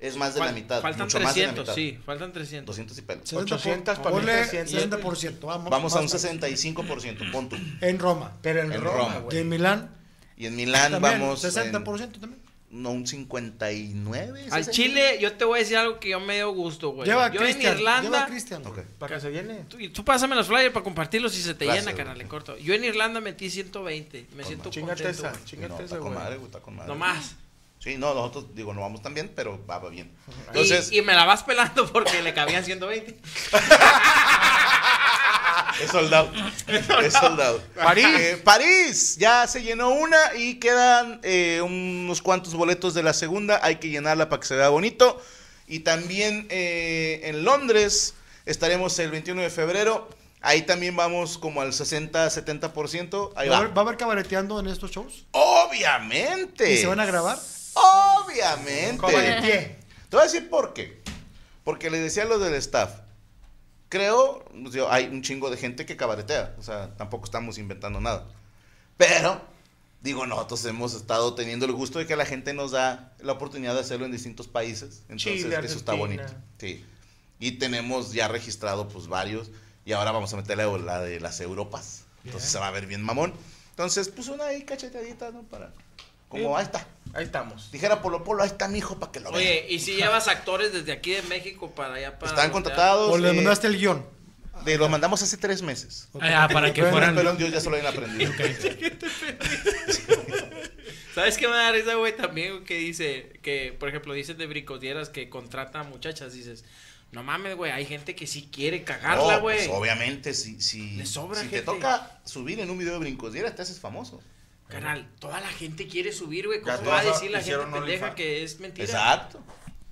es más de la Fal- mitad. Faltan mucho 300, más de la mitad. sí, faltan 300. 200 y pelos. 800 para ponle 1300. 60%, vamos. Vamos a un más. 65%, pon tú. En Roma. Pero en, En Roma, Roma, güey. Y en Milán. Y en Milán Ah, también, vamos. en- 60% también. no, un 59. Al 60. Chile, yo te voy a decir algo que yo me dio gusto, güey. Lleva a Yo en Cristian. Lleva a Irlanda. Cristian. güey. Ok. Para que se llene. Tú, y tú pásame los flyers para compartirlos si se te Gracias, llena, güey. carnal, le corto. Yo en Irlanda metí 120. Me siento Chingate contento. esa, güey. No, chingate esa, está con güey. madre, güey, está con madre. No más. Sí, no, nosotros, digo, no vamos tan bien, pero va, va bien. Y- Entonces, y, me la vas pelando porque le cabían 120. es soldado. es soldado. Eh, París. París, ya se llenó una y quedan eh, unos cuantos boletos de la segunda. Hay que llenarla para que se vea bonito. Y también eh, en Londres estaremos el 21 de febrero. Ahí también vamos como al 60-70%. Ahí ¿Va a va. haber- va a haber cabareteando en estos shows? Obviamente. ¿Y se van a grabar? Obviamente. Como de pie. Te voy a decir por qué. Porque le decía a los del staff. Creo, o sea, hay un chingo de gente que cabaretea. O sea, tampoco estamos inventando nada. Pero, digo, nosotros hemos estado teniendo el gusto de que la gente nos da la oportunidad de hacerlo en distintos países. Entonces, Chile, eso está bonito. Argentina. Sí. Y tenemos ya registrado, pues, varios. Y ahora vamos a meterle la de las Europas. Entonces, se va a ver bien mamón. Entonces, pues, una ahí cacheteadita, ¿no? Para. Como, Bien. ahí está. Ahí estamos. Dijera Polo Polo, ahí está mi hijo para que lo vea. Oye, ¿y si llevas actores desde aquí de México para allá para. Están voltear? contratados. ¿O le eh, Pues mandaste el guión? de- lo mandamos hace tres meses. Ah, para que Pero, fueran- pero Dios ya se lo habían aprendido. ¿Sabes qué me da risa, güey? También güey, que dice, que por ejemplo, dices de bricodieras que contrata a muchachas. Dices, no mames, güey, hay gente que sí quiere cagarla, No, pues, güey. obviamente, si, si, Le sobra si te gente. toca subir en un video de brincos, diera, te haces famoso. Carnal, toda la gente quiere subir, güey. Ya ¿Cómo va a todas decir la gente hicieron pendeja OnlyFans. que es mentira? Exacto.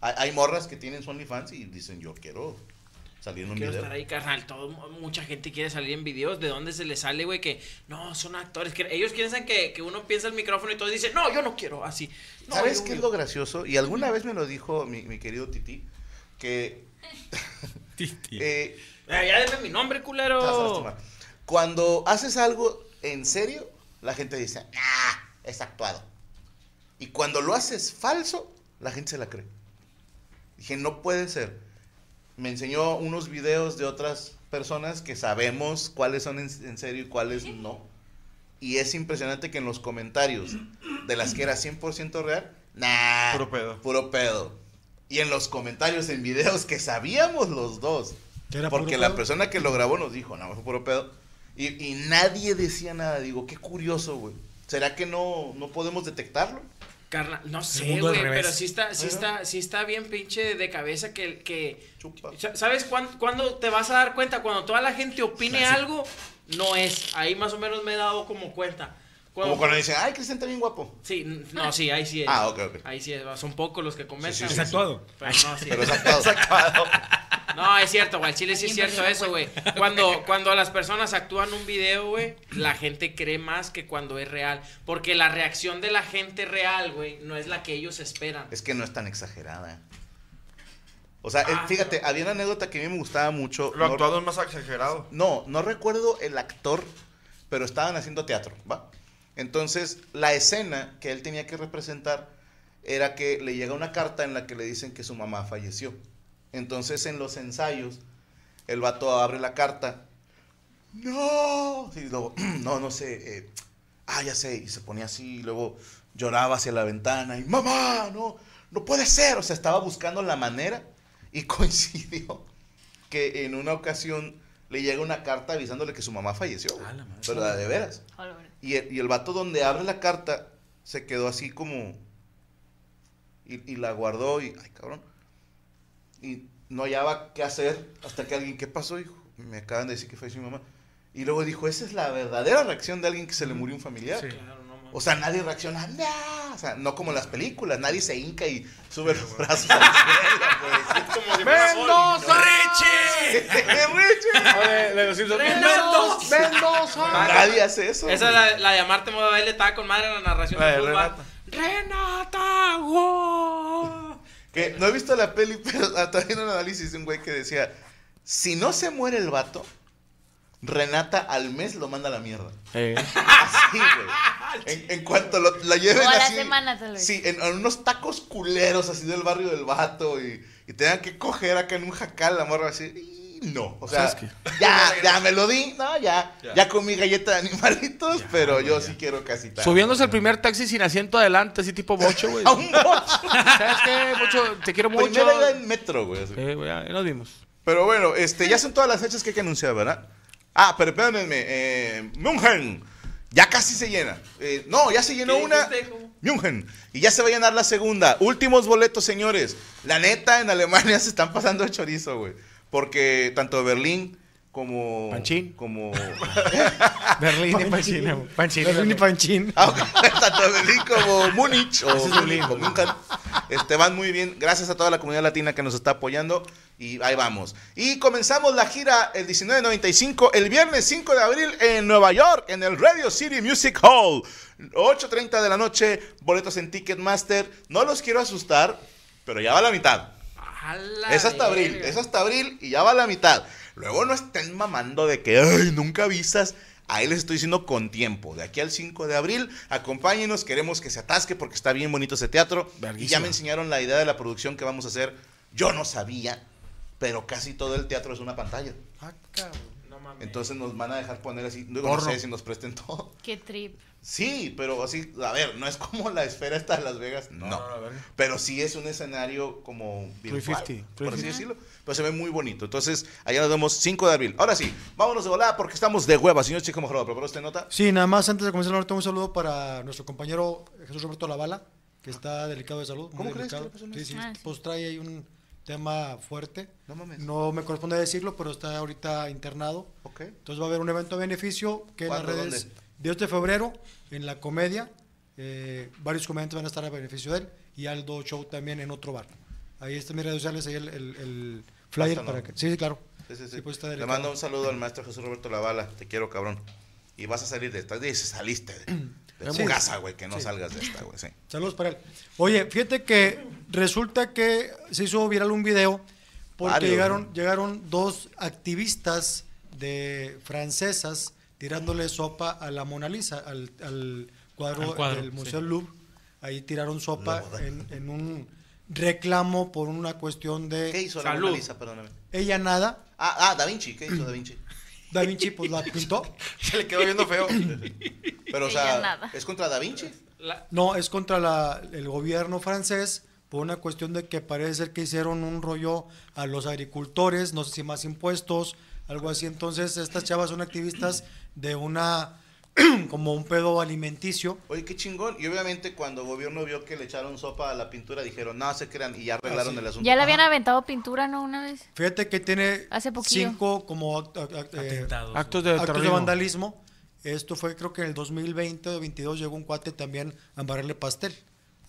Hay, hay morras que tienen su OnlyFans y dicen, yo quiero salir en un Quiero video. estar ahí, carnal. Todo, mucha gente quiere salir en videos. ¿De dónde se les sale, güey? Que no, son actores. Que ellos piensan que, que uno piensa el micrófono y todos dicen, no, yo no quiero, así. No, ¿Sabes yo- qué es lo gracioso? Y alguna vez me lo dijo mi, mi querido Titi, que... eh, Ah, Ya denme mi nombre, te vas a culero. lastimar. Cuando haces algo en serio, la gente dice, ah, es actuado. Y cuando lo haces falso, la gente se la cree. Dije, no puede ser. Me enseñó unos videos de otras personas que sabemos cuáles son en, en serio y cuáles no. Y es impresionante que en los comentarios de las que era 100% real, nah, Puro pedo. Puro pedo. Y en los comentarios en videos que sabíamos los dos, ¿Que era porque puro la pedo? persona que lo grabó nos dijo, no, fue puro pedo. Y, y nadie decía nada. Digo, qué curioso, güey. ¿Será que no, no podemos detectarlo? Carnal, no sé, mundo al güey, revés. pero sí está, sí Ajá. está, sí está bien pinche de cabeza que, que Chupa. Sa- ¿Sabes cuán- cuándo, te vas a dar cuenta? Cuando toda la gente opine algo, no es. Ahí más o menos me he dado como cuenta. Cuando- Como cuando dicen, ay, Cristian está bien guapo. Sí, n- no, sí, ahí sí es. Ah, ok, ok. Ahí sí es. Son pocos los que comentan. Sí, sí, sí, Es sí. actuado. Pero no, sí. Pero es actuado. No, es cierto, güey. al Chile sí es cierto eso, güey. Cuando, cuando las personas actúan un video, güey, la gente cree más que cuando es real. Porque la reacción de la gente real, güey, no es la que ellos esperan. Es que no es tan exagerada. O sea, eh, Ah, fíjate, pero- había una anécdota que a mí me gustaba mucho. Lo No- actuado es más exagerado. No, no recuerdo el actor, pero estaban haciendo teatro, ¿va? Entonces, la escena que él tenía que representar era que le llega una carta en la que le dicen que su mamá falleció. Entonces, en los ensayos, el vato abre la carta. ¡No! Y luego, no, no sé. eh, ah, ya sé. Y se ponía así, y luego lloraba hacia la ventana y, ¡Mamá! ¡No! ¡No puede ser! O sea, estaba buscando la manera y coincidió que en una ocasión le llega una carta avisándole que su mamá falleció. güey. Pero la de veras. Y el, y el vato donde abre la carta se quedó así como. Y, y la guardó y. Ay, cabrón. Y no hallaba qué hacer hasta que alguien. ¿Qué pasó, hijo? Me acaban de decir que falleció mi mamá. Y luego dijo: Esa es la verdadera reacción de alguien que se le murió un familiar. Sí. Claro, no mames. O sea, nadie reacciona, "No", o sea, no como en las películas, nadie se hinca y sube los brazos al cielo, pues. Como si fuera ¡Mendoza! ¡Richie! Mendoza. ¡Mendoza! Nadie hace eso. Esa güey. la, la de Amarte Moda Baile estaba con madre en la narración La de de fútbol. Renata. Renata, wow. Que no he visto la peli, pero estaba viendo un análisis de un güey que decía: Si no se muere el vato, Renata al mes lo manda a la mierda. Eh, Así, güey. En, en cuanto lo- la lleven O a la así. semana, tal vez. Sí, en, en unos tacos culeros así del barrio del vato y, y tengan que coger acá en un jacal la morra así. y No, o sea, ¿Sabes qué? ya, ya me lo di, no, ya, ya, Ya. comí galleta de animalitos, pero yo sí quiero casita. Subiéndose al primer taxi sin asiento adelante, así tipo bocho, güey. A un bocho. ¿Sabes qué? Bocho, te quiero mucho. Primera ida en metro, güey. así. Eh, güey, ahí nos vimos. Pero bueno, este, ya son todas las fechas que hay que anunciar, ¿verdad? Ah, pero perdónenme, eh, München, ya casi se llena. Eh, no, ya se llenó ¿Qué una. dijiste, cómo? München, y ya se va a llenar la segunda. Últimos boletos, señores. La neta, en Alemania se están pasando de chorizo, güey. Porque tanto Berlín como. Panchín. Como. Berlín y Pachina, güey. Panchín. Berlín y Panchín. Ah, ok. tanto Berlín como Múnich o Ese es Berlín, o München. Este, van muy bien. Gracias a toda la comunidad latina que nos está apoyando. Y ahí vamos. Y comenzamos la gira el 1995, el viernes 5 de abril en Nueva York, en el Radio City Music Hall. 8.30 de la noche, boletos en Ticketmaster. No los quiero asustar, pero ya va la mitad. A la Es hasta abril, verga. es hasta abril y ya va la mitad. Luego no estén mamando de que, ay, nunca avisas. Ahí les estoy diciendo con tiempo. De aquí al 5 de abril, acompáñenos, queremos que se atasque porque está bien bonito ese teatro. Y ya Verguísima. me enseñaron la idea de la producción que vamos a hacer. Yo no sabía, pero casi todo el teatro es una pantalla. Ah, cabrón. No mames. Entonces nos van a dejar poner así, luego no Porno. sé si nos presten todo. Qué trip. Sí, pero así, a ver, no es como la esfera esta de Las Vegas, no. a ver. Pero sí es un escenario como virtual, 350, por así 350. decirlo. Pero se ve muy bonito. Entonces, allá nos vemos 5 de abril. Ahora sí, vámonos de volada porque estamos de hueva. Señor Chico Mejorado, ¿preparó usted nota? Sí, nada más antes de comenzar la nota, un saludo para nuestro compañero Jesús Roberto Lavala, que está delicado de salud. muy ¿Cómo crees que delicado. le pasó una- Sí, sí, Ah, sí. pues trae ahí un tema fuerte. No mames. No me corresponde decirlo, pero está ahorita internado. Ok. Entonces va a haber un evento de beneficio que en las ¿Cuándo? redes ¿Dónde? de este febrero, en la comedia, eh, varios comediantes van a estar a beneficio de él y Aldo Show también en otro bar. Ahí está en mis redes sociales, ahí el, el- el flyer Basta, Ah, ¿no? para que... Sí, sí, claro. Sí, sí, sí. Sí, pues, está Le delicado. mando un saludo al maestro Jesús Roberto Lavala. Te quiero, cabrón. Y vas a salir de esta. Dice, saliste de, de tu Sí. casa, güey. Que no Sí. salgas de esta, güey. Sí. Saludos para él. Oye, fíjate que resulta que se hizo viral un video porque Varios, llegaron, ¿no? llegaron dos activistas de francesas tirándole sopa a la Mona Lisa, al, al cuadro, Al cuadro, del Museo sí. Louvre. Ahí tiraron sopa Louvre. en, en un reclamo por una cuestión ¿Qué de hizo la Salud. Mona Lisa? Perdóname. ella nada. Ah, ah, Da Vinci. ¿Qué hizo Da Vinci? Da Vinci pues la pintó. Se le quedó viendo feo. Pero, o Ella sea, nada. ¿es contra Da Vinci? La- No, es contra la- el gobierno francés por una cuestión de que parece ser que hicieron un rollo a los agricultores, no sé si más impuestos, algo así. Entonces, estas chavas son activistas de una, como un pedo alimenticio. Oye, qué chingón. Y obviamente cuando el gobierno vio que le echaron sopa a la pintura, dijeron, no, se crean y ya arreglaron sí. el asunto. Ya le habían aventado pintura, ¿no? Una vez. Fíjate que tiene Hace poquillo. cinco como act- act- act- eh, Actos de actos de terrorismo. vandalismo. Esto fue creo que en el 2020 o 2022 llegó un cuate también a embarrarle pastel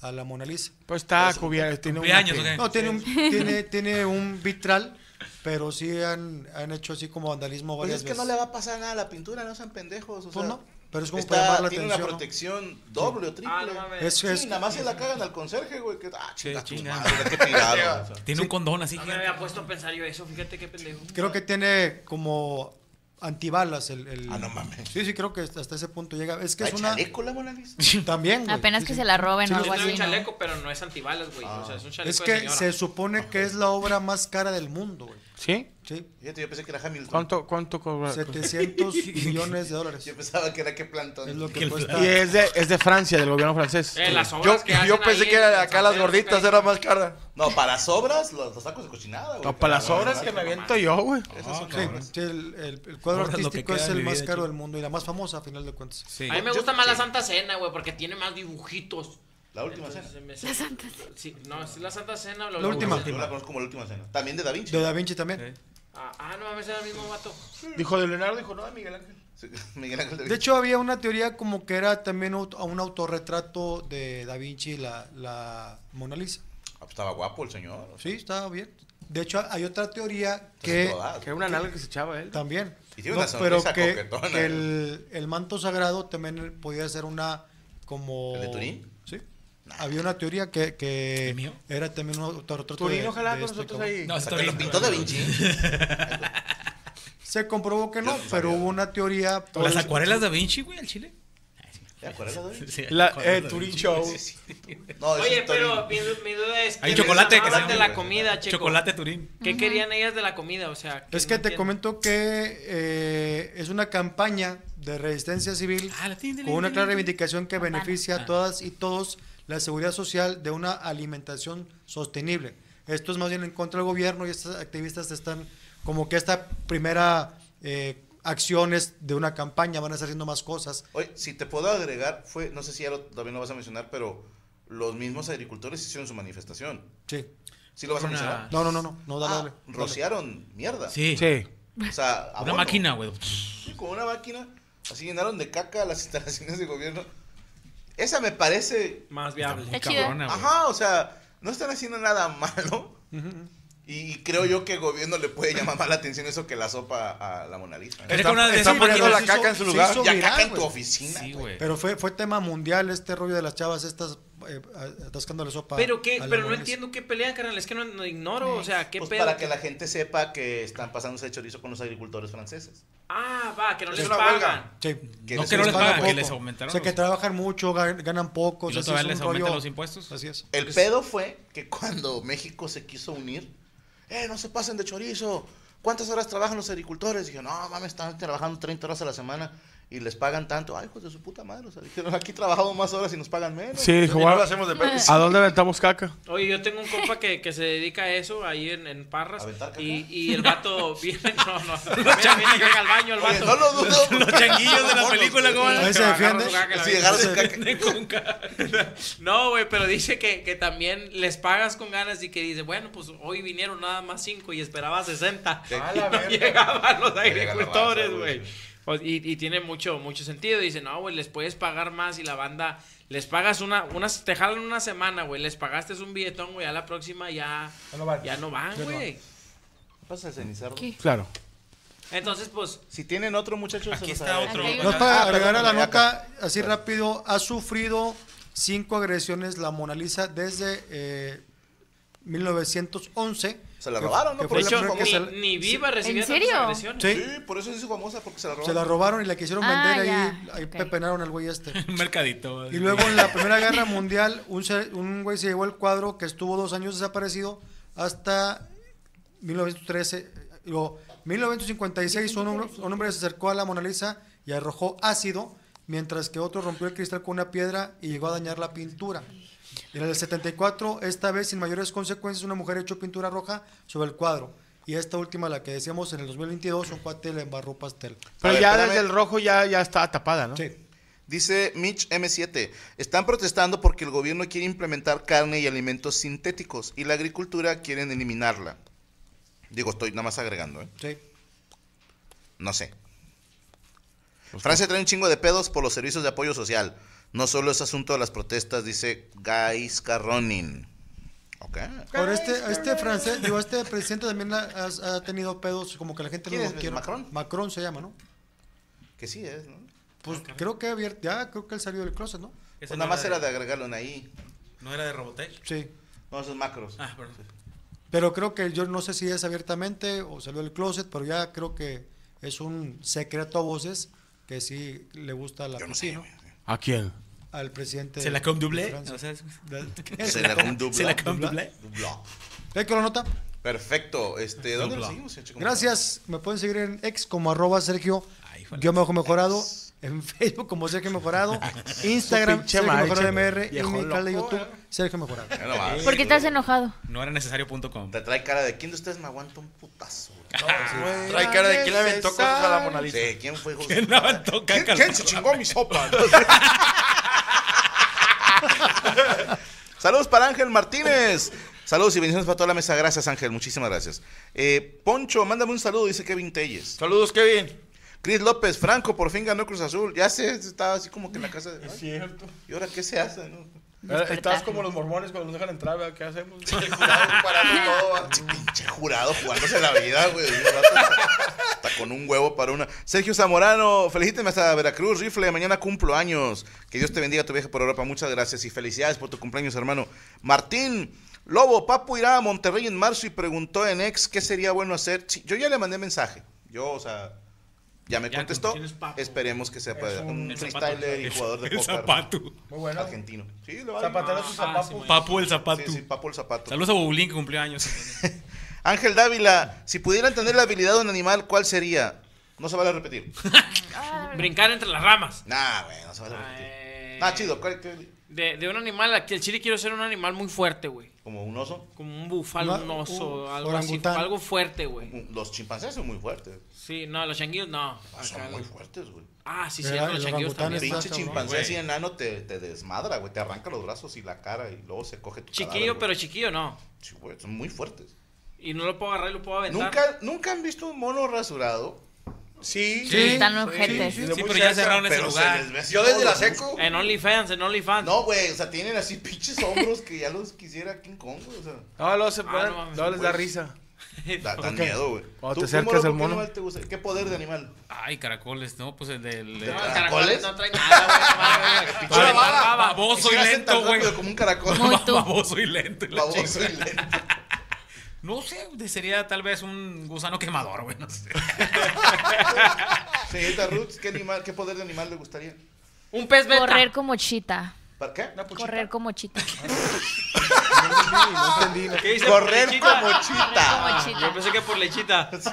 a la Mona Lisa. Pues está cubierto. Tiene un Cumpleaños, ¿o qué? No, tiene un, tiene, tiene un vitral, pero sí han, han hecho así como vandalismo Pues varias es que no veces. le va a pasar nada a la pintura, no sean pendejos. O Pues sea, no, pero es como está- para llamar la tiene atención, una ¿no? protección doble o triple. Ah, no mames. Es- Sí, nada más se la cagan al conserje, güey. Que, ah, chinga, tu chinga. madre, qué tirado. o sea. Tiene un condón así. No me había puesto a pensar yo eso, fíjate qué pendejo. Creo que tiene como antibalas el, el- Ah, no mames. Sí, sí, creo que hasta ese punto llega. Es que ¿Hay es una... chaleco la Mona Lisa? También, güey. Apenas Sí, que sí. se la roben Sí, o lo- algo Es Ah, un así. ¿no? chaleco, pero no es antibalas, güey. O sea, es un chaleco Es de que señora. se supone que es la obra más cara del mundo, güey. ¿Sí? Sí, Fíjate, yo pensé que era Hamilton. ¿Cuánto, cuánto cobra? 700 millones de dólares. Yo pensaba que era que Es plantón. lo que el- cuesta. Y es de, es de Francia, del gobierno francés. Eh, las Yo, obras que hacen yo pensé ahí que en era de San acá las Pedro, gorditas, que- era más cara. No, para las obras, los, los tacos de cochinada, güey. No, para las Claro, obras ¿verdad? que me aviento yo, güey. Esas son Sí, pues, obras. sí, el, el- el cuadro Ahorras lo que artístico queda es de el mi más vida, caro chico. del mundo y la más famosa a final de cuentas. Sí. A mí me Yo- gusta más la sí. Santa Cena, güey, porque tiene más dibujitos. La última Entonces, cena. se me- se- Sí, no, es la Santa Cena o la, La última. Yo la conozco como la última cena. También de Da Vinci. De Da Vinci también. Ah, ah, no mames, era el mismo vato. Dijo de Leonardo, dijo, no, de Miguel Ángel. Sí, Miguel Ángel Da Vinci. De hecho, había una teoría como que era también aut- a un autorretrato de Da Vinci, la, la Mona Lisa. Ah, pues estaba guapo el señor. o sea, Sí, estaba bien. De hecho, hay otra teoría entonces, que todas. Que era una nalga que se echaba él. también. Y tiene No, una pero sonrisa que, coquetona. que el, el manto sagrado también podía ser una como... ¿El de Turín? Sí. Había una teoría que, que ¿El mío? era también un autorretrato Turín, de- ojalá de con este nosotros cabrón. ahí. No, O sea, está que lo bien. pintó Da Vinci. Se comprobó que no, Yo no pero sabía. hubo una teoría. por- Las acuarelas da Vinci, güey, al chile. ¿Te acuerdas, güey? Sí, La, acuarelas eh, Da Turing Vinci. Show. No, ese Oye, Ah, es pero Torín. mi, du- mi duda es... Hay ¿qué chocolate que pensaban se- de la comida, Checo? Chocolate Turín. ¿Qué querían ellas de la comida? O sea... no Es que te entiendo. comento que eh, es una campaña de resistencia civil Ah, la tiene. con una clara reivindicación que Campana. beneficia a Ah. todas y todos la seguridad social de una alimentación sostenible. Esto es más bien en contra del gobierno y estos activistas están como que esta primera eh, acción es de una campaña, van a estar haciendo más cosas. Oye, si te puedo agregar, fue, no sé si ya lo- también lo vas a mencionar, pero los mismos agricultores hicieron su manifestación. Sí. ¿Sí lo vas a Una- mencionar? No, no, no, no, no, dale, Ah, dale, dale. rociaron mierda. Sí. Sí. O sea, Una abono. máquina, güey. Sí, con una máquina. Así llenaron de caca las instalaciones de gobierno. Esa me parece. Más viable. Muy Está chido. cabrona, güey. Ajá, o sea, no están haciendo nada malo. Y creo yo que el gobierno le puede llamar más la atención eso que la sopa a la Mona Lisa. ¿no? Creo que una de está esas poniendo máquinas- la caca en su lugar. hizo Ya viral, caca en tu güey. oficina. Sí, güey. güey. Pero fue, fue tema mundial este rollo de las chavas estas eh, a- atascándole sopa. Pero qué, a la pero no hamburguesa. entiendo qué pelean, carnal. Es que no, no ignoro. O sea, qué Pues pedo. para que la gente sepa que están pasándose de chorizo con los agricultores franceses. Ah, va, que no Es les una pagan. huelga. Sí. Que No les que no pagan les pagan, que poco. les aumentaron. O sea, que los- trabajan mucho, gan- ganan poco. Y o sea, sí luego es todavía un les aumentan rollo- los impuestos. Así es. El pedo fue que cuando México se quiso unir, eh, no se pasen de chorizo. ¿Cuántas horas trabajan los agricultores? Dije, no, mames, están trabajando 30 horas a la semana y les pagan tanto. Ay, hijos de su puta madre. O sea, dijeron, aquí trabajamos más horas y nos pagan menos. Sí, dijo, Y no "Guau, lo hacemos de pedo. ¿a dónde aventamos caca? Oye, yo tengo un compa que, que se dedica a eso ahí en, en Parras. ¿Aventar caca? Y, y el vato viene, no, no. Viene, viene caca al baño el Oye, vato. no lo dudo. Los changuillos de la Vámonos, película, güey. ¿cómo van? Ahí se Pero defiende. agarra su caca y la Si avienta. llegaras de caca. Con ca- No, güey, pero dice que, que también les pagas con ganas y que dice, bueno, pues hoy vinieron nada más cinco y esperaba 60. A la verga. Llegaban los Llega la agricultores, raza, güey. güey. Pues, y, y tiene mucho, mucho sentido. Dicen, no, güey, les puedes pagar más y la banda, les pagas una, unas, te jalan una semana, güey, les pagaste un billetón, güey, a la próxima ya, Ya no van. ya no van, Ya no güey. ¿Qué pasa, cenizardo? ¿Qué? Claro. Entonces, pues, Si tienen otro muchacho, Aquí los está agradezco. otro. Aquí hay No, Ah, para perdón, agregar a la la nota, así rápido, ha sufrido cinco agresiones la Mona Lisa desde eh, 1911. Se la que- robaron, ¿no? que Por de fue la hecho, ejemplo, primera ni, que se la- ni viva recibía ¿En tantas serio? agresiones. Sí. Sí, por eso se hizo famosa, porque se la robaron. Se la robaron y la quisieron Ah, vender ahí, ya, ahí ok. pepenaron al güey este. Un mercadito. Y luego en la Primera Guerra Mundial, un, se- un güey se llevó el cuadro que estuvo dos años desaparecido hasta 1913. eh, Digo, 1956, un hombre, un hombre se acercó a la Mona Lisa y arrojó ácido, mientras que otro rompió el cristal con una piedra y llegó a dañar la pintura. En el 74, esta vez sin mayores consecuencias, una mujer echó pintura roja sobre el cuadro. Y esta última, la que decíamos en el 2022, un cuate le embarró pastel. Pero ver, ya espérame. desde el rojo ya, ya está tapada, ¿no? Sí. Dice Mitch M7, están protestando porque el gobierno quiere implementar carne y alimentos sintéticos y la agricultura quieren eliminarla. Digo, estoy nada más agregando, ¿eh? Sí. No sé. Pues Francia trae un chingo de pedos por los servicios de apoyo social. No solo es asunto de las protestas, dice Guy Carronin. Ok. Ahora este, este francés, digo, este presidente también ha, has- ha tenido pedos, como que la gente ¿Quién no es? lo quiere. ¿Macron? Macron se llama, ¿no? Que sí es, ¿no? Pues creo que abier- ya creo que él salió del closet, ¿no? Pues nada más era de agregarlo en ahí. ¿No era de Robotech? Sí. No, esos macros. Ah, perdón. Pero creo que yo no sé si es abiertamente o salió del closet, pero ya creo que es un secreto a voces que pues sí le gusta a la Yo no sé. piscina, güey. ¿A quién? al presidente. ¿Se la com de dublé? Francia. O sea, De- ¿qué? Se la con dubla. ¿Se la com dublé? Dubla. ¿Ve Eh, que lo nota? Perfecto. Este, ¿Dónde lo Dubla. seguimos, señor Chico? Gracias. Me pueden seguir en ex como arroba Sergio. Ay, híjole. Yo mejor mejorado. En Facebook como Sergio Mejorado. Instagram pinche Sergio macho, Mejorado MR. Y viejo mi canal de loco, YouTube eh. Sergio Mejorado. Ya no más. ¿Por qué estás enojado? No era necesario.com. Te trae cara de quién de ustedes me aguanta un putazo. güey?" Trae cara de que le aventó cosas a la Mona Lisa. Sí, ¿quién fue? hijo de ¿Quién su puta levantó madre? caca? ¿Quién se chingó mi sopa? Saludos para Ángel Martínez. Saludos y bendiciones para toda la mesa. Gracias, Ángel. Muchísimas gracias. Eh, Poncho, mándame un saludo, dice Kevin Telles. Saludos, Kevin. Cris López, Franco, por fin ganó Cruz Azul. Ya se estaba así como que en la casa de. "Ay, Cierto. ¿Y ahora qué se hace? no?" Eh, Estás como los mormones cuando los dejan entrar, ¿verdad? ¿Qué hacemos? Pinche- Pinche jurado jugándose la vida, güey. Un rato Hasta hasta con un huevo para una. Sergio Zamorano, felicíteme hasta Veracruz, rifle. Mañana cumplo años. Que Dios te bendiga tu viaje por Europa. Muchas gracias y felicidades por tu cumpleaños, hermano. Martín Lobo, Papu irá a Monterrey en marzo y preguntó en ex qué sería bueno hacer. Sí, yo ya le mandé mensaje. Yo, o sea, ya me Ya, contestó. ¿tienes papo? Esperemos que sepa. Es un, un- El zapato. freestyler y jugador de El póker zapato. Muy bueno. argentino. Sí, le va a Zapatero a sus Ah, zapatos. Papu el zapato. Sí, sí, papo el zapato. Saludos a Bobulín que cumplió años. Ángel Dávila, si pudieran tener la habilidad de un animal, ¿cuál sería? No se vale repetir. Brincar entre las ramas. Nah, güey, no se vale repetir. Eh, Nah, Ah, chido. ¿cuál- qué- De, de un animal, aquí el chile quiero ser un animal muy fuerte, güey. Como un oso. Como un búfalo, Una- un oso, un algo así. orangután. Algo fuerte, güey. Un- Los chimpancés son muy fuertes. Ah, Sí, no, los changuillos no. Acá Son muy los- fuertes, güey. Ah, sí, Mira, cierto, los los changuillos orangutanes también. están- Pinche cabrón, chimpancé güey. así enano te, te desmadra, güey. Te arranca los brazos y la cara y luego se coge tu Chiquillo, pero cadáver, güey. chiquillo no. Sí, güey, son muy fuertes. Y no lo puedo agarrar y lo puedo aventar. ¿Nunca, ¿Nunca han visto un mono rasurado? Sí. Sí, están ojetes. Sí, pero ya cerraron ese Pero se lugar. les ve así Yo desde todos la los seco. En OnlyFans, en OnlyFans. No, güey, o sea, tienen así pinches hombros que ya los quisiera King Kong, güey. O sea, No, luego se Ah, ponen. no mames, luego les da güey. risa. da, dan Ok. miedo, güey. Cuando ¿Tú te qué acercas mono, al qué mono? animal te gusta? ¿Qué poder de animal? Ay, caracoles, ¿no? Pues el del... No, el ¿Caracoles? caracol no trae nada, Ah, güey. no mames, Pinche güey. bala, Baba. Baboso y Quisiera ser lento, tan güey. rápido Como un caracol. Muy tú. Baboso y lento. y la Baboso chingada. y lento. No sé, sería tal vez un gusano quemador, güey. No sé. Señorita Roots, ¿qué, animal, ¿qué poder de animal le gustaría? Un pez beta. Correr como chita. ¿Para qué? Correr como chita. No entendí. no. ¿Qué dice Correr por lechita? como chita. Como Yo chita. pensé que por lechita. Sí.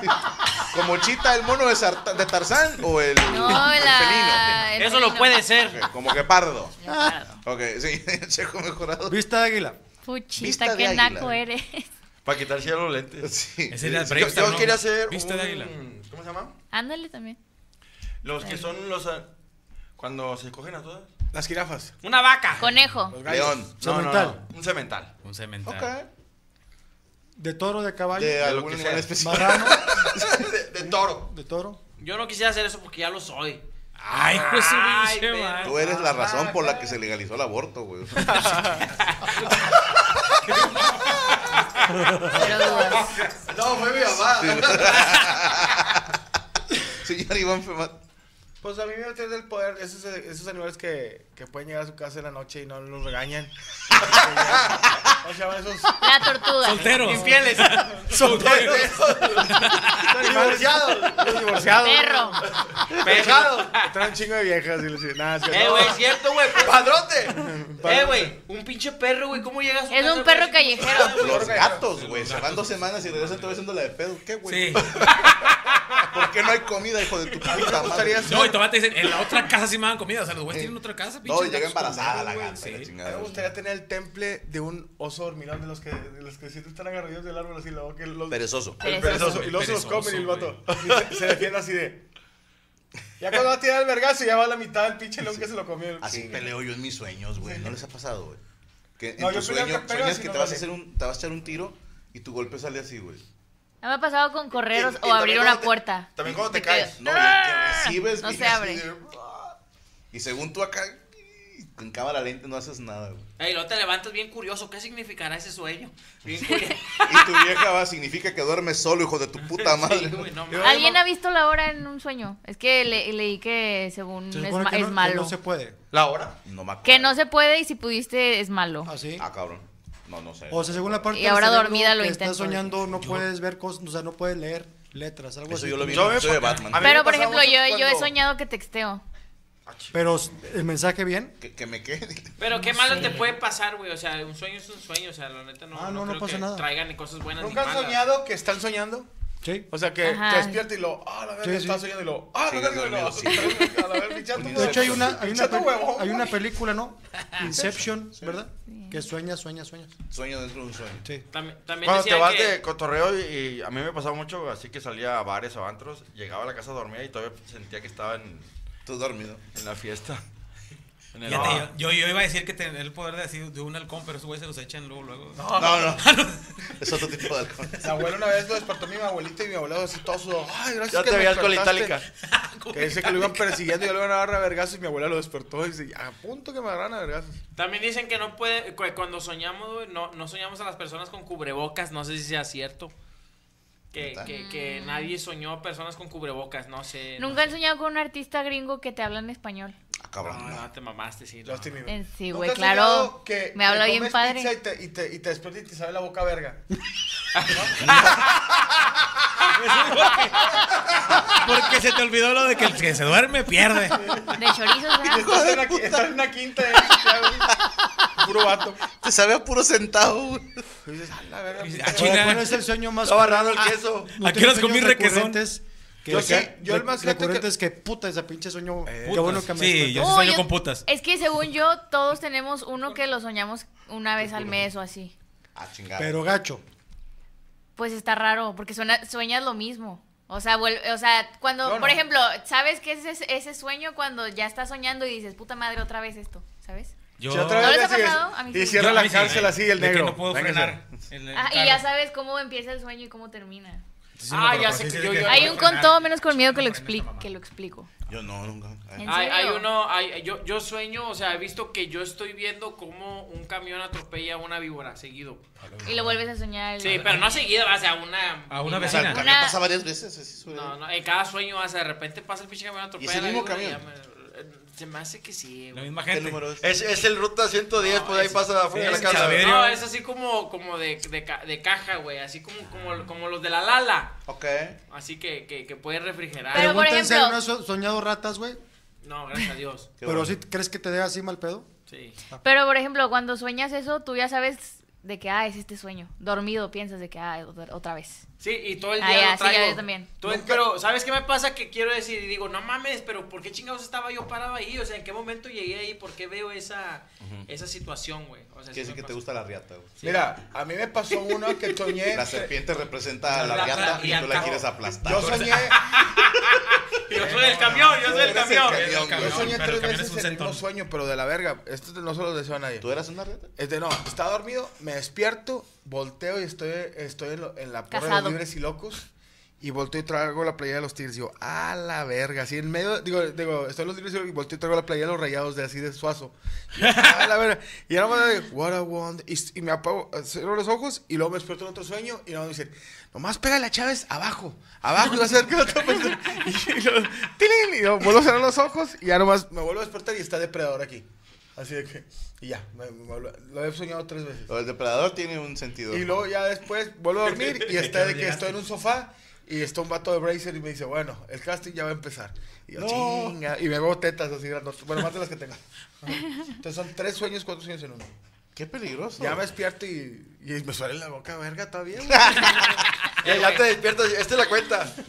¿Como chita el mono de, Sarta- de Tarzán o el, No, el la. el Eso lo felino. puede ser. felino? Ok, Como guepardo. Claro. Ok, sí, checo mejorado. Vista de águila. Vista Puchita, de qué águila. ¿eh? naco eres. Para quitarse los lentes. Sí. Ese era el Sí, Yo, Brave yo ¿no? quería hacer. Vista de águila. ¿Cómo se llama? Ándale también. Los que son los. ah, Cuando se cogen a todas. Las jirafas. Una vaca. Conejo. Los gallos. León. No, no, Semental. no, Un cemental. Un cemental. Ok. De toro, de caballo. eh, De lo algún que animal sea. especial. Marrano. de, de toro. De toro. Yo no quisiera hacer eso porque ya lo soy. Ay, pues su Ay, pinche pero- madre. Tú eres la razón por la que se legalizó el aborto, güey. Pero dudas. No, fue mi mamá. Señor Iván Femat. Pues a mí me gustaría el poder de esos, esos animales que, que pueden llegar a su casa en la noche y no los regañan. o sea, esos La tortuga. Solteros. Infieles. Solteros. animales- Los divorciados. Perro. Pejados. Traen un chingo de viejas y les dicen, nada, es que Eh, no. güey, es cierto, güey. ¡Padrote! Eh, güey, un pinche perro, güey, ¿cómo llegas? Es un perro callejero. Los gatos, güey. Se van dos semanas y regresan todavía haciendo la de pedo. ¿Qué, güey? Sí. ¿Por qué no hay comida, hijo de tu puta madre? No, y todavía te dicen, en la otra casa sí me dan comida. O sea, los güeyes tienen otra casa, No, y llega gatos embarazada con la güey, gata. y la sí. A mí chingada. me gustaría tener el temple de un oso dormilón de los que, de los que siempre están agarrados del árbol así, luego que los... Perezoso. el Perezoso. perezoso, y luego se los Perezoso, comen y el vato y se, se defiende así de... Ya cuando va a tirar el vergazo ya va a la mitad del pinche león que se lo comió. el- Así Sí. peleo yo en mis sueños, güey. ¿No les ha pasado, güey? Que en No, tus yo peleo que sueños pego sueñas si que no te vas a vale. hacer un, te vas a echar un tiro y tu golpe sale así, güey. Me ha pasado con correr Y- y o- o también abrir cuando una te- puerta. también cuando te De caes. No, y el que ¡Ah! recibes, No güey, se así abre. de- "Ah". Y según tú acá, en cámara lenta no haces nada, güey. Ey, luego te levantas bien curioso. ¿Qué significará ese sueño? Bien curioso. Y tu vieja va, significa que duermes solo, hijo de tu puta Sí, madre. güey, no mames. ¿Alguien ha visto la hora en un sueño? Es que le- leí que según Se es, supone ma- que no- es que malo. no se puede. ¿La hora? No me acuerdo. Que no se puede y si pudiste es malo. Así. Ah, cabrón. No, no sé. O sea, según la parte Y del ahora cerebro dormida lo que intento. Estás soñando, no puedes ver cosas, o sea, no puedes leer letras, algo Eso así. yo lo vi en Yo el me episodio de pa- a Batman. mí- me Pero por pasa ejemplo, mucho yo, yo he cuando- soñado que texteo. Pero el mensaje bien. Que, que me quede. Pero qué malo te puede pasar, güey. O sea, un sueño es un sueño. O sea, la neta no, Ah, no, no creo pasa que nada. traigan ni cosas buenas ni ¿Nunca han malas. soñado que están soñando? Sí. O sea, que Ajá. te despiertas y lo, ah, la verga, Sí, sí. estás soñando y lo, ah, la Sigues verga, dormido, no, sí. a la verga, pinche De De hecho hay una, hay una, Pinche peli- huevón, hay una güey. película, ¿no? Inception, ¿verdad? Que sueñas, sueñas, sueñas. Sueño dentro de un sueño. Sí. También, también Cuando te decían vas que- de cotorreo y, y a mí me pasaba mucho, así que salía a bares o antros, llegaba a la casa dormida y todavía sentía que estaba en, Tú dormido. en la fiesta. En el- Fíjate, yo, yo- yo iba a decir que tener el poder de, así, de un halcón, pero esos güeyes se los echan luego, luego. No, no. es otro tipo de alcohol. Mi abuelo una vez lo despertó mi abuelita y mi abuelo así todo sudado. Ay, gracias Ya que te me veías con la despertaste". itálica. Que dice que lo iban persiguiendo y yo le iban a agarrar a vergazos y mi abuela lo despertó y dice, a punto que me agarran a vergazos. También dicen que no puede, cu- cuando soñamos, güey, no, no soñamos a las personas con cubrebocas, no sé si sea cierto. Que, ¿Neta? que, que nadie soñó a personas con cubrebocas, no sé. no Mm. Nunca he sé. soñado con un artista gringo que te habla en español. Ah, cabrón. No, no. no, te mamaste, sí. no. Justin Bieber. En sí, ¿Nunca güey, has claro. soñado que Me habla te bien comes padre. pizza Y te, y, te, y te despiertas y te sabe la boca verga. Porque se te olvidó lo de que el que se duerme pierde. De chorizos, ¿verdad? Estar en una qui- estar en una quinta, eh, ya, güey. Puro vato. Te sabe a puro centavo, güey. Y dices, "A la verga, Ah, puta". chinga. ¿Cuál es el sueño más Está barrado el queso. ¿No Ah, ¿A qué tienes horas comí sueños requesón? recurrentes? Que, Yo sé, yo el re- más fíjate que- recurrentes que... puta ese pinche sueño. qué putas. bueno que me Sí, desperté. yo sí Oh, sueño con putas. Es que según yo, todos tenemos uno que lo soñamos una vez al mes o así. Ah, chingada. Pero gacho. Pues está raro, porque suena- sueñas lo mismo. O sea, vuelve, o sea, cuando, Yo no. por ejemplo, ¿sabes qué es ese, ese sueño cuando ya estás soñando y dices, puta madre, otra vez esto? ¿Sabes? Yo, Si otra ¿No vez les ha le sigues, pasado? A mí Y sí. cierra yo- la sí, cárcel de- así, el de que negro. no puedo Véngase. frenar. el- el Ah, y carro. ya sabes cómo empieza el sueño y cómo termina. Sí, Ah, pero ya pues sé sí, que sí, yo- de yo- Hay un con todo menos conmigo que lo, Frena esta expli- mamá. que lo explico. Yo no, nunca. Ay, ¿En Hay, hay serio? uno, hay- yo, yo sueño, o sea, he visto que yo estoy viendo cómo un camión atropella a una víbora seguido. Y lo vuelves a soñar. Sí, pero no seguido, o sea, una... A una O sea, el vecina. Una- camión pasa varias veces. Así suele. No, no, en cada sueño, o sea, de repente pasa el pinche camión atropella ¿Y es el la mismo víbora y camión? ya me- eh, se me hace que sí, La güey. misma ¿Qué gente. número es? Es, es el ruta 110, No, pues ahí es- pasa afuera de la es casa. Chaverio. No, es así como, como de, de, ca- de caja, güey, así como, como, como los de la Lala. Ok. Así que, que, que puede refrigerar. Pero, por Pregúntense, ejemplo- ¿no has so- soñado ratas, güey? No, gracias a Dios. Qué Pero bueno. si crees que te dé así mal pedo. Sí. Pero, por ejemplo, cuando sueñas eso, tú ya sabes de que, ah, es este sueño. Dormido piensas de que, ah, otra- otra vez. Sí, y todo el Ah, día ya, lo sí, ya, traigo. yo también. Todo el- pero, ¿sabes qué me pasa? Que quiero decir, y digo, no mames, pero ¿por qué chingados estaba yo parado ahí? O sea, ¿en qué momento llegué ahí? ¿Por qué veo esa, esa situación, güey? O sea, sí Quiere decir me que te pasa. gusta la riata, güey. Mira, a mí me pasó uno que soñé. La serpiente representa a la, La riata y tú la riata. quieres aplastar. Yo soñé, Yo soy del camión, yo soy del Eres el camión. camión, yo Yo güey. soñé tres pero el camión veces es un el mismo centón. sueño, pero de la verga. Esto no se lo deseo a nadie. ¿Tú eras una riata? Este, no, estaba dormido, me despierto, volteo y estoy, estoy en, lo- en la porra de Casado. los libres y locos. Y volteo y traigo la playera de los Tigres. Digo, a la verga. Así en medio, digo, digo, estoy en los libres y Locos, y volteo y traigo la playera de los rayados de así de suazo. Y, a la verga. Y ahora me digo, what I want. Y, y me apago, cierro los ojos y luego me despierto en otro sueño. Y luego me dicen, nomás pégale a Chávez abajo, abajo. Y va a ser que la otra persona. Y yo, "Tilín", y yo vuelvo a cerrar los ojos y ya nomás me vuelvo a despertar y está depredador aquí. Así de que, y ya, me- me- lo he soñado tres veces. Lo del depredador tiene un sentido. Y luego ya después vuelvo a dormir y está de que estoy en un sofá y está un vato de Bracer y me dice, bueno, el casting ya va a empezar. Y yo, No. chinga. Y me veo tetas así grandotas. Bueno, más de las que tenga. Entonces son tres sueños, cuatro sueños en uno. Qué peligroso. Ya me despierto y, y me suena en la boca, verga, está bien. güey?" Ya, ya te despiertas, esta es la cuenta. Esta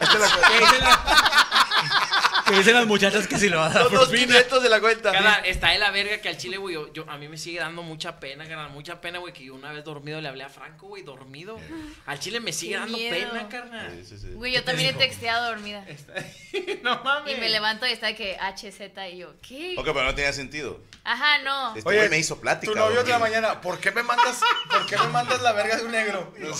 es la cosa. ¿Qué dicen, la- qué dicen las muchachas que si lo vas a dar Son por dos fin? 500 de la cuenta. Carnal, está de la verga que al chile, güey, yo, yo- a mí me sigue dando mucha pena, carnal, mucha pena, güey, que yo una vez dormido le hablé a Franco, güey, dormido. Al chile me sigue Qué dando miedo. pena, carnal. Eh. Sí, sí, sí. Güey, yo también he dijo? texteado dormida. no mames. Y me levanto y está de que HZ y yo, ¿qué? Ok, pero no tenía sentido. Ajá, no. Este Oye, güey me hizo plática. Tu novio de la güey. mañana, ¿por qué me mandas, por qué me mandas la verga de un negro? No,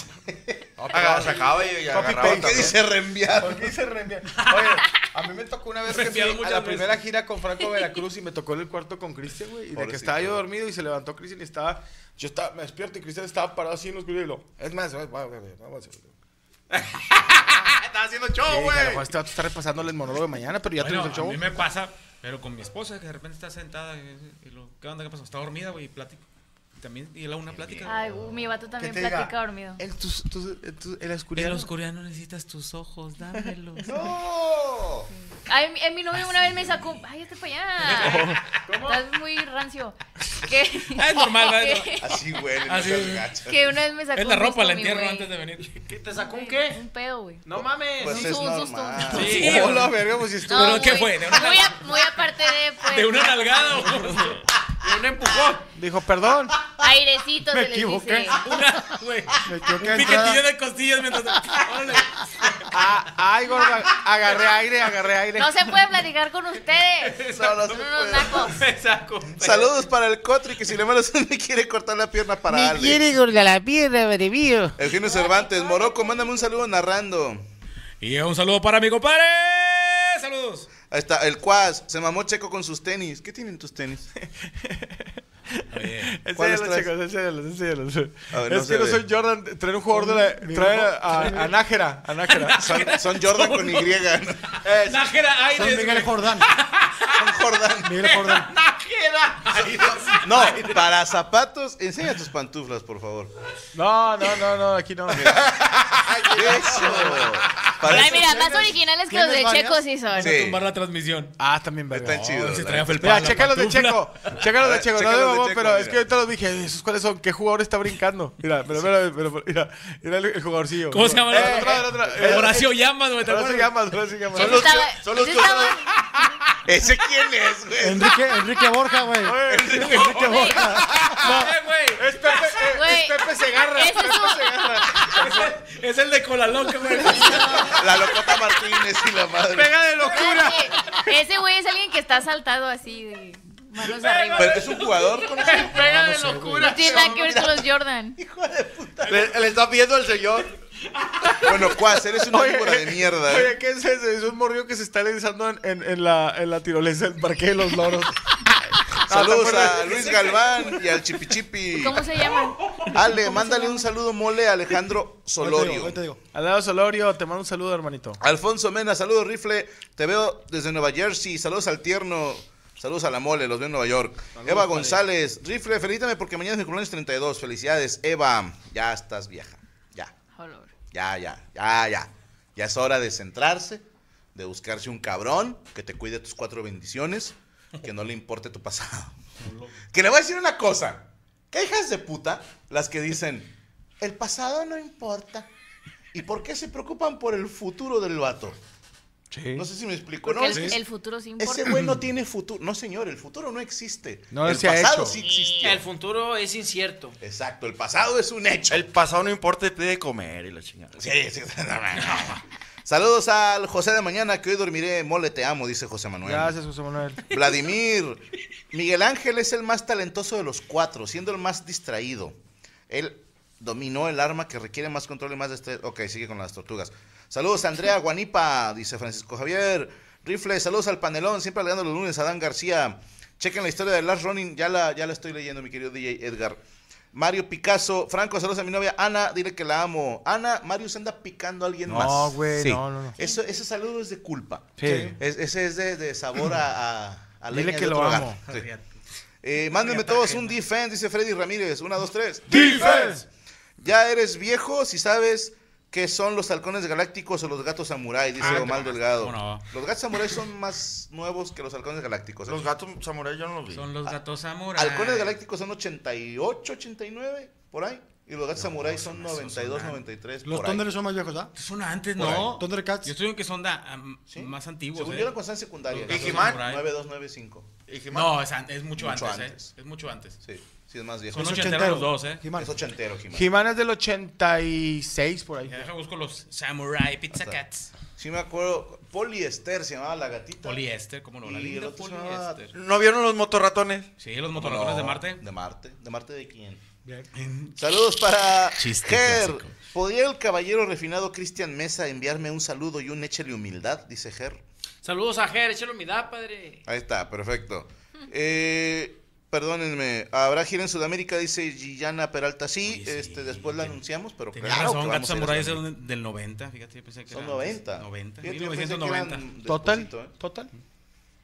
Aga- Sacaba y y Copy agarraba paste. ¿Qué también. dice reenviar? ¿Por qué hice reenviar? Oye, a mí me tocó una vez que fui Reenviado a muchas la veces. primera gira con Franco Veracruz y me tocó en el cuarto con Cristian, güey. Y de que Pobrecito. estaba yo dormido y se levantó Cristian y estaba. Yo estaba, me despierto y Cristian estaba parado así en los vidrios y lo. Es más, va- va- va- va- vamos a Estaba haciendo Sí, show, dije, a lo mejor este vato está repasándole el monólogo de mañana, pero ya Bueno, tuvimos el a show. mí me pasa, pero con mi esposa, que de repente está sentada y, y lo, ¿qué onda? ¿Qué pasó? Está dormida, güey, y plática. Y También, y la una plática. Ay, uh, mi vato también te diga? platica dormido. En, tus, tus- en tus- en la oscuridad. oscuridad no necesitas tus ojos, dámelos. No. Ay, mi- eh, mi novio una vez me sacó. Ay, este para allá. Estás muy rancio. Que, Ah, es normal, va, es que, Así huele. Así no seas es. gacha. que una vez me sacó. Es la un ropa, susto, la mi entierro güey. antes de venir. ¿Qué te sacó un qué? Un pedo, güey. No mames. Pues Un es susto, un susto, un normal. susto. Sí, Hola, verga, pues si estuvo. ¿Pero qué muy- fue? ¿De una- muy, a- muy aparte de, pues. De una nalgada, güey. Y un ah. empujón. Dijo, perdón. Airecito, Me se les equivoqué. dice. Una, güey. Me equivoqué Un de entrada. piquetillo de costillas mientras. Órale. Ah, ay, gorda, agarré aire, agarré aire. No se puede platicar con ustedes. No, no se Son unos puede. nacos. Me sacó. un pedo. Saludos para el Cotri, que si le manos me quiere cortar la pierna para Ale. gorda la piedra, madre mío. Eugenio Cervantes, Morocco, mándame un saludo narrando. Y un saludo para mi compadre. Saludos. Ahí está, el Quaz, se mamó Checo con sus tenis. ¿Qué tienen tus tenis? ¿Cuáles Enséñalos, traes? chicos, enséñalos, enséñalos. A ver, no es se que no ve. soy Jordan, trae un jugador de la. Trae a, a Nájera, a Nájera. Son, son Jordan con Y. ¿no? Es- Nájera Son Aires. Miguel güey. Jordán. Son Jordan. Miguel Jordán. Najera. No, para zapatos, enseña tus pantuflas, por favor. no, no, no, no, aquí no. Para Ay, eso- mira, más originales que los de ¿Tienes Checo varias? sí son. Sí. Van a tumbar la transmisión. Ah, también verga. Oh, Están chidos. Se la traía neta. felpado. Mira, la checa los de pantufla. Checo. Checa los A de ver, Checo. checa No, los de no, Checo, pero es mira. que ahorita los dije, ¿esos cuáles son? ¿Qué jugador está brincando? Mira, pero, pero, pero, pero, mira, mira el, el jugadorcillo. ¿Cómo se llama? Eh, otra, otra, otra. Horacio Llamas, güey. ¿te Ahora se acuerdas? llama, ahora se llama. Ese Oye, estaba- son los ese que- estaba- ¿Ese quién es, güey? Enrique, Enrique Borja, güey. Enrique Borja. Ah, Eh, güey. Es Pepe, eh, Güey, es Pepe Segarra. ese es Pepe un- Segarra. Es el de cola loca, güey. La locota Martínez y la madre. Pega de locura. Ese güey es alguien que está saltado así de manos arriba. Pero es un jugador con Pega de locura. No tiene nada que ver con los Jordan. Le, le está pidiendo el señor. Bueno, Cuas, eres una víbora de mierda. Oye, ¿eh? ¿qué es ese? Es un morrillo que se está lanzando en, en, en la, en la tirolesa del Parque de los Loros. Saludos a Luis Galván y al Chipichipi. ¿Cómo se llaman? Ale, mándale un saludo mole a Alejandro Solorio. Ahorita digo, Al lado Solorio, te mando un saludo, hermanito. Alfonso Mena, saludos Rifle, te veo desde Nueva Jersey, saludos al tierno, saludos a la mole, los veo en Nueva York. Eva González, Rifle, felicítame porque mañana es mi cumpleaños 32, felicidades Eva, ya estás vieja, ya, Jolor. ya, ya, ya, ya. Ya es hora de centrarse, de buscarse un cabrón que te cuide tus cuatro bendiciones, que no le importe tu pasado. Que le voy a decir una cosa, ¿qué hijas de puta las que dicen, el pasado no importa? ¿Y por qué se preocupan por el futuro del vato? Sí. No sé si me explico. Porque No, el, es- el futuro sí importa. ese güey no tiene futuro. No, señor, el futuro no existe. No el se ha pasado hecho. sí existió. El futuro es incierto. Exacto, el pasado es un hecho. El pasado no importa, y pide de comer y la chingada. Sí, sí, no, no, no. Saludos al José de mañana, que hoy dormiré. Mole, te amo, dice José Manuel. Gracias, José Manuel. Vladimir. Miguel Ángel es el más talentoso de los cuatro, siendo el más distraído. Él dominó el arma que requiere más control y más destreza. Ok, sigue con las tortugas. Saludos a Andrea Guanipa, dice Francisco Javier. Rifle, saludos al panelón, siempre alegando los lunes a Dan García. Chequen la historia de Last Running, ya la, ya la estoy leyendo, mi querido DJ Edgar. Mario Picasso, Franco, saludos a mi novia Ana, dile que la amo. Ana, Mario se anda picando a alguien No, más. güey, no, no, no. Eso, ese saludo es de culpa. Sí. Es- ese es de, de sabor a, a, a Dile leña que de lo otro amo. hogar. Sí. Eh, mándenme todos un defense, dice Freddy Ramírez. Una, dos, tres. Defense. Ya eres viejo si sabes qué son los halcones galácticos o los gatos samurái, dice Omar Delgado. no? Los gatos samurái son más nuevos que los halcones galácticos. ¿eh? Los gatos samurai yo no los vi. Son los gatos samurai. halcones galácticos son 88, 89, por ahí. Y los gatos samurái son 92, 93, Los por ahí. Thunders son más viejos, ¿ah? Son antes, Por ¿no? ahí. Thundercats. Yo estoy en que son da- am- Sí. más antiguos. Según eh. yo eran cuando estaban en secundaria. Los gatos Digimon, samurai. 9295. No, es, an- es mucho, Mucho antes, antes. ¿eh? Es mucho antes. Sí, sí es más viejo. Son Es los och- ochenteros ochentero. los dos, ¿eh? He-Man. es ochentero, Jimán. Jimán es del 86, por ahí. Ya deja busco los Samurai Pizza Hasta- Cats. Sí me acuerdo. Poliester se llamaba la gatita. Poliéster, como no, la Y el linda otro se llamaba- poliéster. ¿No vieron los motorratones? Sí, los motorratones de No, Marte. De Marte. ¿De Marte de quién? Bien. Saludos para Chiste Ger. clásico. ¿Podría el caballero refinado Cristian Mesa enviarme un saludo y un échale humildad? Dice Ger. Saludos a Ger, échalo mi da, padre. Ahí está, perfecto. Eh, perdónenme. ¿Habrá gira en Sudamérica? Dice Gillana Peralta. Sí, Oye, sí, este, después la ten- anunciamos, pero Tenía claro que razón, vamos Gatos a ir a Samurai es Sudamérica. del del 90, fíjate, yo pensé que Son era 90. 90, Fíjate, yo pensé que 1990. eran ¿Total? despuesito, ¿eh? ¿Total?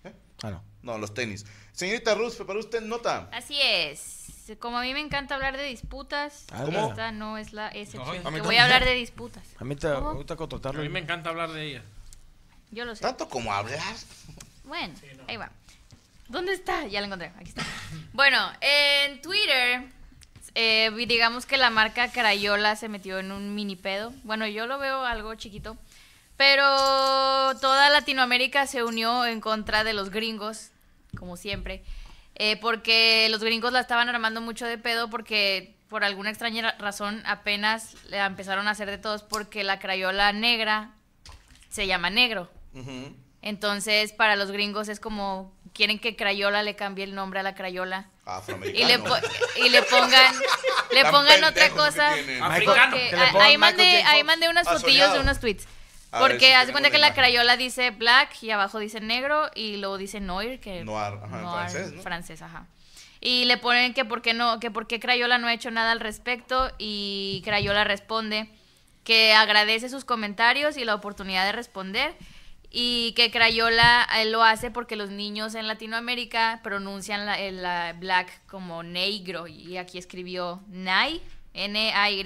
¿Eh? Ah, no. No, los tenis. Señorita Ruth, ¿preparó usted nota? Así es. Como a mí me encanta hablar de disputas, ¿Cómo? esta no es la excepción. Ay, a mí Que voy también. a hablar de disputas. A mí te ¿Cómo? gusta A contratarlo. mí me encanta hablar de ella. Yo lo sé. Tanto como hablar. Bueno, ahí va. ¿Dónde está? Ya la encontré. Aquí está. Bueno, en Twitter, eh, vi- digamos que la marca Crayola se metió en un mini pedo. Bueno, yo lo veo algo chiquito. Pero toda Latinoamérica se unió en contra de los gringos, como siempre. eh, porque los gringos la estaban armando mucho de pedo porque por alguna extraña ra- razón apenas la empezaron a hacer de todos porque la crayola negra se llama negro. Ujú. Entonces, para los gringos es como quieren que Crayola le cambie el nombre a la Crayola y Afroamericano. le, po- y le pongan le Tan pongan otra pendejos que cosa. tienen. porque- Africano. Que le ah, pongan ahí Michael mandé J. ahí Fox. mandé unos Ah, fotillos de soñado. unos tweets. A ver si Porque haz tenemos de cuenta que la la imagen. Crayola dice black y abajo dice negro y luego dice noir que Noir, ajá, en francés, ¿no? francés, ajá. Y le ponen que por qué no, que por qué Crayola no ha hecho nada al respecto y Crayola responde que agradece sus comentarios y la oportunidad de responder y que Crayola eh, lo hace porque los niños en Latinoamérica pronuncian la, el, la black como negro y aquí escribió Nay, N A Y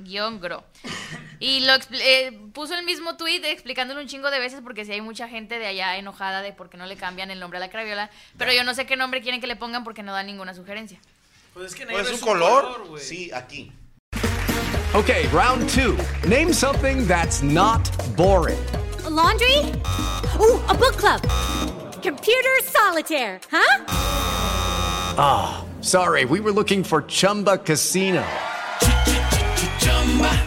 guión gro. Y lo expl- eh, puso el mismo tweet explicándolo un chingo de veces porque si hay mucha gente de allá enojada de por qué no le cambian el nombre a la craviola. Pero yo no sé qué nombre quieren que le pongan porque no dan ninguna sugerencia. Pues es que Pues negro es un es un color. color, güey. sí, aquí. Okay, round two. Name something that's not boring. laundry? Ooh, a book club. Computer solitaire, huh? Ah, sorry, we were looking for Chumba Casino.